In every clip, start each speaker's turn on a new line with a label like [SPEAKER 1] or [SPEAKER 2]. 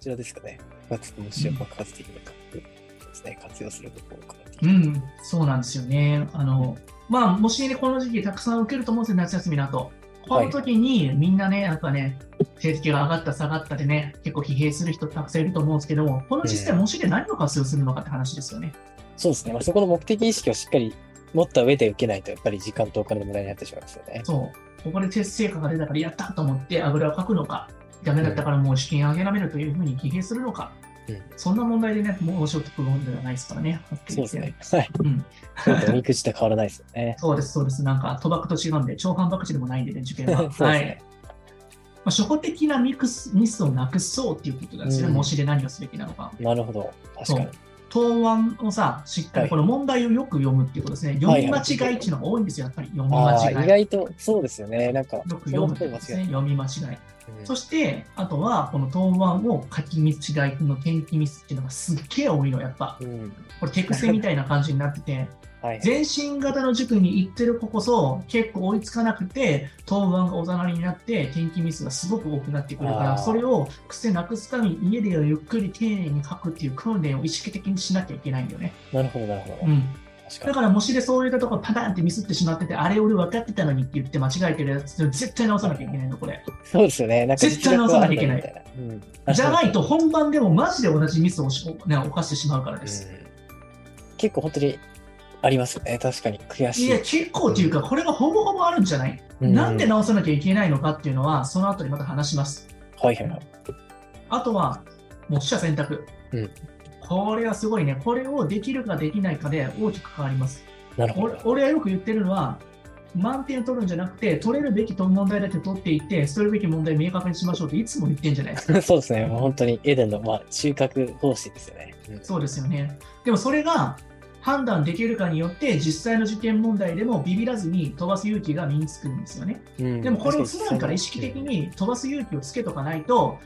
[SPEAKER 1] ちらですかね。9月の虫を爆発的にですね、活用するところかなと。
[SPEAKER 2] うん、そうなんですよね。あの、まあ、虫ね、この時期たくさん受けると思うんですよ、夏休みの後。この時に、みんなね、やっぱね、成績が上がった、下がったでね、結構疲弊する人たくさんいると思うんですけども、この実際、
[SPEAKER 1] うん
[SPEAKER 2] 虫で何を活用するのかって話ですよね。
[SPEAKER 1] そうですね。まあ、そこの目的意識をしっかり持った上で受けないと、やっぱり時間とお金の無駄になってしまいますよね。
[SPEAKER 2] そう、ここでテスト成果が出たから、やったと思って、あぐらをかくのか、ダメだったからもう資金諦めるというふうに疲弊するのか、
[SPEAKER 1] うん
[SPEAKER 2] そんな問題でね、もうお仕事くるものではないですからね、はっき
[SPEAKER 1] そう
[SPEAKER 2] り言
[SPEAKER 1] で
[SPEAKER 2] っ
[SPEAKER 1] す
[SPEAKER 2] て
[SPEAKER 1] ね。はい。
[SPEAKER 2] うん
[SPEAKER 1] ちょっとおみくじと変わらないですよね。
[SPEAKER 2] そうです、そうです。なんか、賭博と違うんで、超反博地でもないんでね、受験
[SPEAKER 1] そう
[SPEAKER 2] は。
[SPEAKER 1] ですね
[SPEAKER 2] はい。まあ、初歩的なミクスミスをなくそうっていうことなんですよね、
[SPEAKER 1] うん
[SPEAKER 2] 模試で何をすべきなのか。
[SPEAKER 1] なるほど。確かに。
[SPEAKER 2] 答案をさ、しっか
[SPEAKER 1] は
[SPEAKER 2] り
[SPEAKER 1] い
[SPEAKER 2] この問題をよく読むっていうことですね。読み間違いっていうのが多いんですよ、やっぱり。読み
[SPEAKER 1] ああ、
[SPEAKER 2] 間
[SPEAKER 1] 意
[SPEAKER 2] 違い。
[SPEAKER 1] 外とそうですよね。なんか、
[SPEAKER 2] よく
[SPEAKER 1] そん
[SPEAKER 2] 読
[SPEAKER 1] な
[SPEAKER 2] む
[SPEAKER 1] とこ
[SPEAKER 2] と
[SPEAKER 1] ろ間違えな
[SPEAKER 2] いうことですね。
[SPEAKER 1] い。
[SPEAKER 2] 読み間
[SPEAKER 1] う
[SPEAKER 2] 違い。
[SPEAKER 1] ん
[SPEAKER 2] そして、あとは、この答案を書き間違いの転記ミスっていうのがすっげえ多いの、やっぱ。
[SPEAKER 1] うん。
[SPEAKER 2] これ手癖みたいな感じになってて。
[SPEAKER 1] はい。
[SPEAKER 2] 全身型の塾に行ってる子こそ結構追いつかなくて当番がおざなりになって転勤ミスがすごく多くなってくるか
[SPEAKER 1] あ
[SPEAKER 2] ら
[SPEAKER 1] ー
[SPEAKER 2] それを癖なくすために家でゆっくり丁寧に書くっていう訓練を意識的にしなきゃいけないんだよね、
[SPEAKER 1] なるほど、なるほど。
[SPEAKER 2] うん、
[SPEAKER 1] 確か
[SPEAKER 2] だから模試でそういったところパターンってミスってしまっててあれ俺分かってたのにって言って間違えてるやつ絶対直さなきゃいけないのこれ
[SPEAKER 1] に。そうですよね。なんか、
[SPEAKER 2] 絶対直さなきゃいけない
[SPEAKER 1] 実力はあるんだみたいな。うん
[SPEAKER 2] じゃないと本番でもマジで同じミスをし、ね、犯してしまうからです、
[SPEAKER 1] うん結構本当にありますよね。確かに悔し
[SPEAKER 2] い
[SPEAKER 1] い。
[SPEAKER 2] や結構っていうかこれがほぼほぼあるんじゃない、
[SPEAKER 1] う
[SPEAKER 2] なんで直さなきゃいけないのかっていうのはその後にまた話します
[SPEAKER 1] はいはいはい。
[SPEAKER 2] あとは、もう取捨選択。
[SPEAKER 1] うん
[SPEAKER 2] これはすごいね。これをできるかできないかで大きく変わります。
[SPEAKER 1] なるほ
[SPEAKER 2] 俺
[SPEAKER 1] ど。
[SPEAKER 2] 俺はよく言ってるのは、満点取るんじゃなくて、取れるべき問題だけ取っていって、取れるべき問題を明確にしましょうっていつも言ってんじ ゃないですか。
[SPEAKER 1] そうですね。もう本当にエデンの、まあ、収穫方針ですよね。うん
[SPEAKER 2] そうですよね。でもそれが判断できるかによって、実際の受験問題でもビビらずに飛ばす勇気が身につくんですよね。
[SPEAKER 1] うん
[SPEAKER 2] でもこれを普段から意識的に飛ばす勇気をつけとかないと、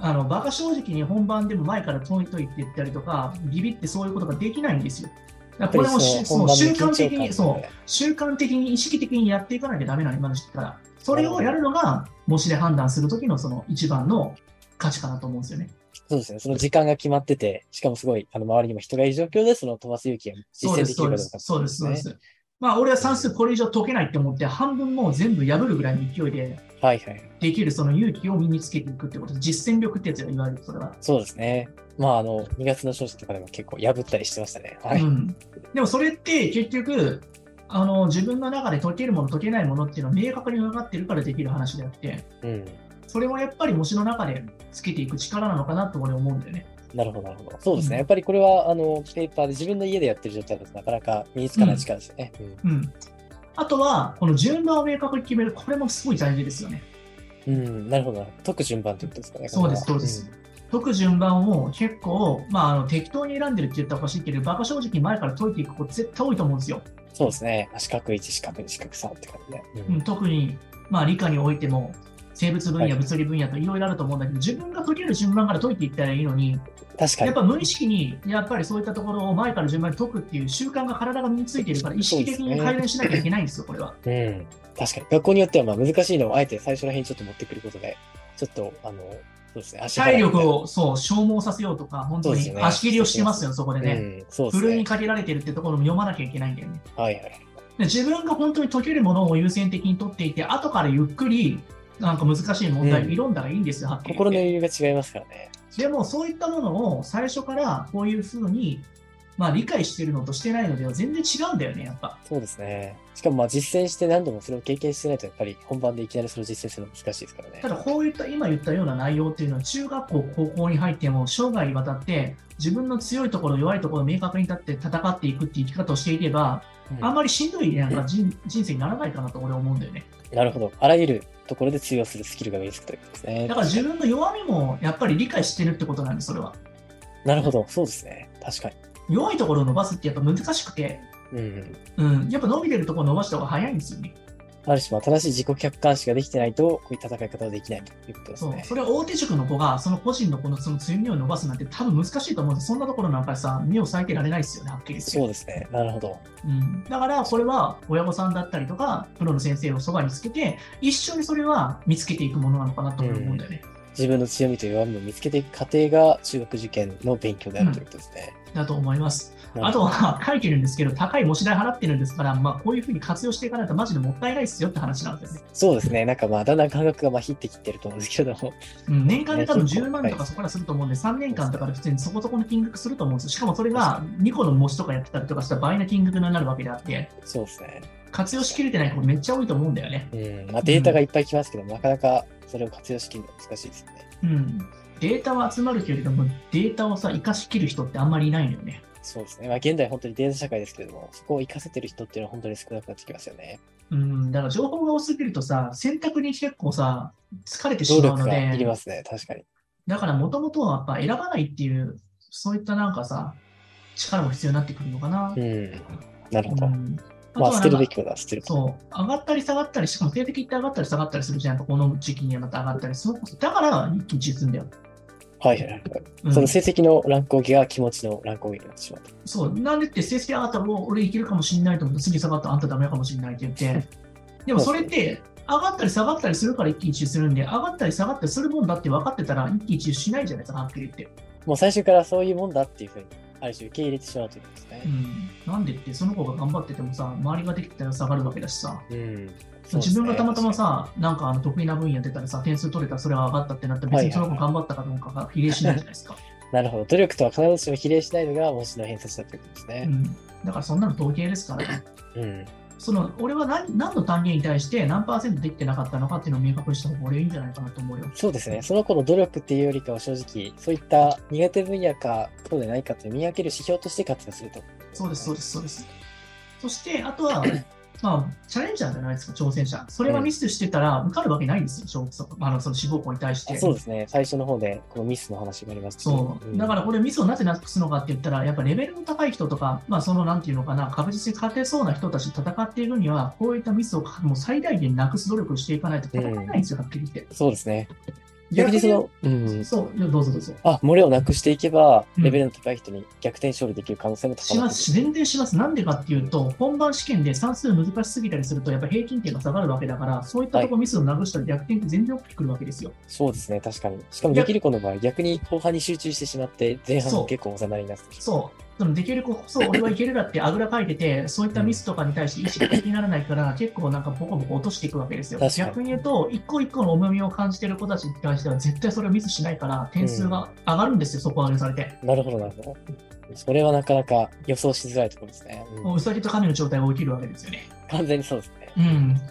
[SPEAKER 2] あのバカ正直に本番でも前から遠いと言って言ったりとか、ビビってそういうことができないんですよ。だからこれもしそう習慣的に、そう、習慣的に、意識的にやっていかなきゃダメなの、今の時期から。それをやるのが、模試で判断するときのその一番の価値かなと思うんですよね。
[SPEAKER 1] そうですね。その時間が決まってて、しかもすごい、あの、周りにも人がいる状況で、その飛ばす勇気が実
[SPEAKER 2] そう
[SPEAKER 1] 践
[SPEAKER 2] で、
[SPEAKER 1] ですきる
[SPEAKER 2] そう
[SPEAKER 1] か
[SPEAKER 2] で
[SPEAKER 1] どう
[SPEAKER 2] す
[SPEAKER 1] か。。
[SPEAKER 2] そうです、そうで
[SPEAKER 1] ね。
[SPEAKER 2] す。まあ、俺は算数これ以上解けないって思って、半分もう全部破るぐらいの勢いで
[SPEAKER 1] はいはい。
[SPEAKER 2] できるその勇気を身につけていくってことです、実践力ってやつが言われる、それは。
[SPEAKER 1] そうですね。まあ、あの、2月の少子とかでも結構破ったりしてましたね。はい。
[SPEAKER 2] うん、でもそれって結局あの自分の中で解けるもの解けないものっていうのは明確に分かってるからできる話であって
[SPEAKER 1] うん。
[SPEAKER 2] それもやっぱり模試の中でつけていく力なのかなと俺は思うんだよね。
[SPEAKER 1] なるほど、なるほど。そうですね。
[SPEAKER 2] うん
[SPEAKER 1] やっぱりこれは、あの、ペーパーで自分の家でやってる状態だとなかなか身につかない力ですよね。うん
[SPEAKER 2] うん、あとはこの順番を明確に決めるこれもすごい大事ですよね。
[SPEAKER 1] うん、なるほど。解く順番ということですかね。
[SPEAKER 2] そうですそうです解く順番を結構、まあ、あの適当に選んでるって言ったらおかしいけど、バカ正直前から解いていく子絶対多いと思うんですよ。
[SPEAKER 1] うん。そうですね。四角1、四角2、四角3って感じで。う
[SPEAKER 2] うん、特に、まあ、理科においても生物分
[SPEAKER 1] は
[SPEAKER 2] 野、
[SPEAKER 1] い
[SPEAKER 2] 物理分野といろいろあると思うんだけど、自分が解ける順番から解いていったらいいのに、
[SPEAKER 1] 確か
[SPEAKER 2] やっ
[SPEAKER 1] に。
[SPEAKER 2] ぱ無意識にやっぱりそういったところを前から順番に解くっていう習慣が体が身についているから、意識的に改善しなきゃいけないんですよ、こ れは。
[SPEAKER 1] うん。確かに。学校によっては、まあ、難しいのをあえて最初の辺にちょっと持ってくることで、ちょっと、あの、そうですね。足払い
[SPEAKER 2] 体力をそう消耗させようとか、本当
[SPEAKER 1] そうです
[SPEAKER 2] に
[SPEAKER 1] よね
[SPEAKER 2] 足切りをしてますよ、そこで
[SPEAKER 1] う
[SPEAKER 2] ね。
[SPEAKER 1] ん、そうで
[SPEAKER 2] ふ
[SPEAKER 1] す
[SPEAKER 2] るい
[SPEAKER 1] ね
[SPEAKER 2] に。かけられてるってところも読まなきゃいけないんだよね。
[SPEAKER 1] はいはい。
[SPEAKER 2] で自分が本当に解けるものを優先的に取っていて、後からゆっくりなんか難しい問題を挑んだらいいんですよ、はっきり言っ
[SPEAKER 1] 心
[SPEAKER 2] て
[SPEAKER 1] の余裕が違いますからね。
[SPEAKER 2] でもそういったものを最初からこういうふうに、まあ、理解してるのとしてないのでは全然違うんだよね、やっぱ。
[SPEAKER 1] そうですね。しかも、まあ、実践して何度もそれを経験してないと、やっぱり本番でいきなりそれを実践するの難しいですからね
[SPEAKER 2] た。だこういった今言ったような内容っていうのは中学校、高校に入っても生涯にわたって自分の強いところ、弱いところを明確に立って戦っていくっていう生き方をしていれば、
[SPEAKER 1] うん
[SPEAKER 2] あんまりしんどいなんか人人生にならないかなと俺は思うんだよね。
[SPEAKER 1] なるほど。あらゆるところで通用するスキルが身につくということですね。
[SPEAKER 2] だから自分の弱みもやっぱり理解してるってことなんで、それは。
[SPEAKER 1] なるほど。そうですね。確か
[SPEAKER 2] 弱いところを伸ばすってやっぱ難しくて、
[SPEAKER 1] に。うん。
[SPEAKER 2] うん、やっぱ伸びてるところを伸ばした方が早いんですよね。
[SPEAKER 1] ある種、まあ正しい自己客観視ができてないと、こういう戦い方はできないということです
[SPEAKER 2] そう
[SPEAKER 1] ね。
[SPEAKER 2] それは大手塾の子がその個人のこのその強みを伸ばすなんて多分難しいと思うんですそんなところなんかさ目を割いてられないですよねはっきり言って
[SPEAKER 1] そうですね。なるほど。
[SPEAKER 2] うん、だからこれは親御さんだったりとかプロの先生をそばにつけて一緒にそれは見つけていくものなのかなと俺は思うんだよね、
[SPEAKER 1] 自分の強みと弱みを見つけていく過程が中学受験の勉強であるということですね。
[SPEAKER 2] だと思います。
[SPEAKER 1] な
[SPEAKER 2] あ
[SPEAKER 1] るほ
[SPEAKER 2] と
[SPEAKER 1] ど
[SPEAKER 2] は、書いてるんですけど、高い模試代払ってるんですから、まあ、こういうふうに活用していかないと、マジでもったいないですよって話なんですね。
[SPEAKER 1] そうですね。なんかまあ、だんだん感覚がまひってきてると思うんですけども。
[SPEAKER 2] うん、年間で多分
[SPEAKER 1] ねそう
[SPEAKER 2] 10万と
[SPEAKER 1] は
[SPEAKER 2] か
[SPEAKER 1] い
[SPEAKER 2] そこからすると思うんで、3年間とかで普通にそこそこの金額すると思うんですよ。しかもそれが2個の模試とかやってたりとかしたら倍な金額になるわけであって、
[SPEAKER 1] そうですね。
[SPEAKER 2] 活用しきれてない子めっちゃ多いと思うんだよね。
[SPEAKER 1] うん。まあ、データがいっぱい来ますけど、なかなかそれを活用しきるのは難しいですよね。
[SPEAKER 2] うん。データは集まるけれども、データをさ、活かしきる人ってあんまりいないのよね。
[SPEAKER 1] そうですね。まあ、現代本当にデータ社会ですけれども、そこを活かせてる人っていうのは本当に少なくなってきますよね。
[SPEAKER 2] うん、だから情報が多すぎるとさ、選択に結構さ、疲れてし
[SPEAKER 1] 労
[SPEAKER 2] まう
[SPEAKER 1] 力
[SPEAKER 2] の
[SPEAKER 1] がいり
[SPEAKER 2] で、
[SPEAKER 1] ますね。確かに。
[SPEAKER 2] だからもともとはやっぱ選ばないっていう、そういったなんかさ、力も必要になってくるのかな。
[SPEAKER 1] うん。なるほ
[SPEAKER 2] う
[SPEAKER 1] ど。
[SPEAKER 2] んあと
[SPEAKER 1] まあ、
[SPEAKER 2] は
[SPEAKER 1] 捨て
[SPEAKER 2] なん
[SPEAKER 1] る
[SPEAKER 2] か
[SPEAKER 1] べきことは捨てること。
[SPEAKER 2] そう、上がったり下がったり、しかも成績って上がったり下がったりするじゃん、この時期にはまた上がったり、そうだから一気に沈んだよ。
[SPEAKER 1] はいはいはい。
[SPEAKER 2] うん
[SPEAKER 1] その成績の乱高下が気持ちの乱高下になってしまうと。
[SPEAKER 2] そう、なんでって成績上がったら、もう俺いけるかもしれないと思って、次下がったらあんたダメかもしれないって言 って、でもそれって、上がったり下がったりするから一喜一憂するんで、上がったり下がったりするもんだって分かってたら、一喜一憂しないじゃないですか、はっきり言って。
[SPEAKER 1] もう最初からそういうもんだっていうふうに、ある種受け入れてしまうということです
[SPEAKER 2] う
[SPEAKER 1] ね。
[SPEAKER 2] ん、なんでって、その子が頑張っててもさ、周りができたら下がるわけだしさ、
[SPEAKER 1] うん。そうですね
[SPEAKER 2] 自分がたまたま、さ、なんかあの得意な分野出たらさ、点数取れたらそれは上がったってなったら、別にその子頑張ったかどうかが比例しないじゃないですか。
[SPEAKER 1] なるほど。努力とは必ずしも比例しないのが模試の偏差値だということです
[SPEAKER 2] う
[SPEAKER 1] ね。
[SPEAKER 2] ん、だからそんなの統計ですから、
[SPEAKER 1] うん。
[SPEAKER 2] その俺は何何の単元に対して何パーセントできてなかったのかっていうのを明確にした方が俺はいいんじゃないかなと思うよ。
[SPEAKER 1] そうですね。その子の努力っていうよりかは正直、そういった苦手分野か、そうでないかって見分ける指標として活用すると。
[SPEAKER 2] そうです、そうです、そうです。そして、あ とは、まあ、チャレンジャーじゃないですか、挑戦者。それがミスしてたら受かるわけないんですよ、小そあのその志望校に対し
[SPEAKER 1] あ
[SPEAKER 2] て。
[SPEAKER 1] そうですね。最初の方で、このミスの話がありましたけど
[SPEAKER 2] そうだからこれミスをなぜなくすのかって言ったら、やっぱレベルの高い人とか、まあ、そのなんていうのかな、確実に勝てそうな人たちと戦っているには、こういったミスをもう最大限なくす努力をしていかないと戦えないんですよ、はっきり言って。
[SPEAKER 1] うんそうですね。逆にその、うん。
[SPEAKER 2] そう、どうぞどうぞ。
[SPEAKER 1] あ、漏れをなくしていけば、
[SPEAKER 2] うん
[SPEAKER 1] レベルの高い人に逆転勝利できる可能性も高
[SPEAKER 2] し
[SPEAKER 1] ま
[SPEAKER 2] ま
[SPEAKER 1] ってくる
[SPEAKER 2] すし、全然します。なんでかっていうと、本番試験で算数難しすぎたりすると、やっぱ平均点が下がるわけだから、そういったとこミスをなくしたら逆転って全然起きてくるわけですよ。
[SPEAKER 1] そうですね、確かに。しかもできる子の場合、逆に後半に集中してしまって、前
[SPEAKER 2] そ
[SPEAKER 1] 半
[SPEAKER 2] う
[SPEAKER 1] 結構おざなりになってしまう
[SPEAKER 2] そう。そのできる子こそ俺はいけるだってあぐらかいてて、そういったミスとかに対して意識的にならないから、結構なんかボコボコ落としていくわけですよ。
[SPEAKER 1] 確かに
[SPEAKER 2] 逆に言うと、一個一個の重みを感じてる子たちに対しては、絶対それをミスしないから、点数が上がるんですよ、底上げされて。
[SPEAKER 1] なるほど、なるほど。それはなかなか予想しづらいところですね。うん
[SPEAKER 2] もううさぎと神の状態が起きるわけですよね。
[SPEAKER 1] 完全にそうですね。
[SPEAKER 2] うん。だか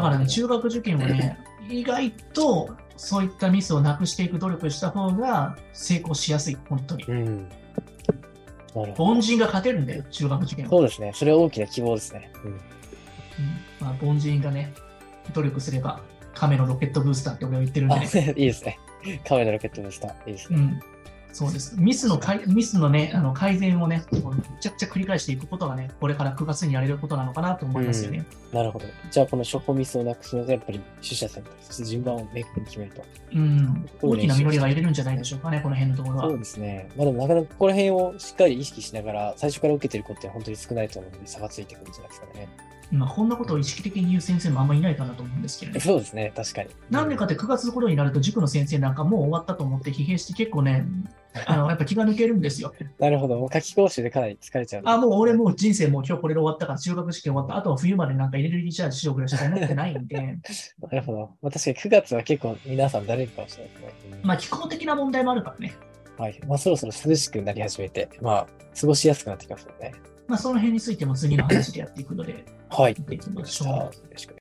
[SPEAKER 1] なるほ
[SPEAKER 2] ね、
[SPEAKER 1] ど
[SPEAKER 2] 中学受験はね、意外とそういったミスをなくしていく努力をした方が成功しやすい、本当に。
[SPEAKER 1] うん。なるほど。
[SPEAKER 2] 凡人が勝てるんだよ、中学受験は。
[SPEAKER 1] そうですね、それは大きな希望ですね。うん
[SPEAKER 2] うんまあ、凡人がね、努力すれば、亀のロケットブースターって俺は言ってるんで
[SPEAKER 1] あ、
[SPEAKER 2] ね。
[SPEAKER 1] いいですね。カメラロケットでした。いいです
[SPEAKER 2] う
[SPEAKER 1] ね。
[SPEAKER 2] ん。そうです。ミスのかいミスのね、あの改善をね、こうめちゃくちゃ繰り返していくことがね、これから9月にやれることなのかなと思いますよね。
[SPEAKER 1] なるほど。じゃあ、この初歩ミスをなくすので、やっぱり取捨選択、そして順番を明確に決めると。
[SPEAKER 2] うん。大きな実りが得れるんじゃないでしょうかね、この辺のところは
[SPEAKER 1] そう。ですね。まあでも、なかなかここら辺をしっかり意識しながら、最初から受けてる子って本当に少ないと思うので、差がついてくるんじゃないですかね。
[SPEAKER 2] まあ、こんなことを意識的に言う先生もあんまりいないかなと思うんですけれど、
[SPEAKER 1] そうですね、確かに。
[SPEAKER 2] なんでかって9月頃になると塾の先生なんかもう終わったと思って疲弊して結構ね、あのやっぱ気が抜けるんですよ。
[SPEAKER 1] なるほど、もう夏期講習でかなり疲れちゃう。
[SPEAKER 2] あ、もう俺もう人生もう今日これで終わったから、中学試験終わった、あとは冬までなんかエネルギーチャージしようぐらいしか思ってないんで、
[SPEAKER 1] なるほど。まあ、確かに9月は結構皆さんだれるかもしれないですね。うん
[SPEAKER 2] まあ気候的な問題もあるからね、
[SPEAKER 1] はい。まあそろそろ涼しくなり始めて、まあ過ごしやすくなってきますよね。
[SPEAKER 2] まあその辺についても次の話でやっていくので、
[SPEAKER 1] はい。
[SPEAKER 2] 見ていきましょう
[SPEAKER 1] じゃあよろしく。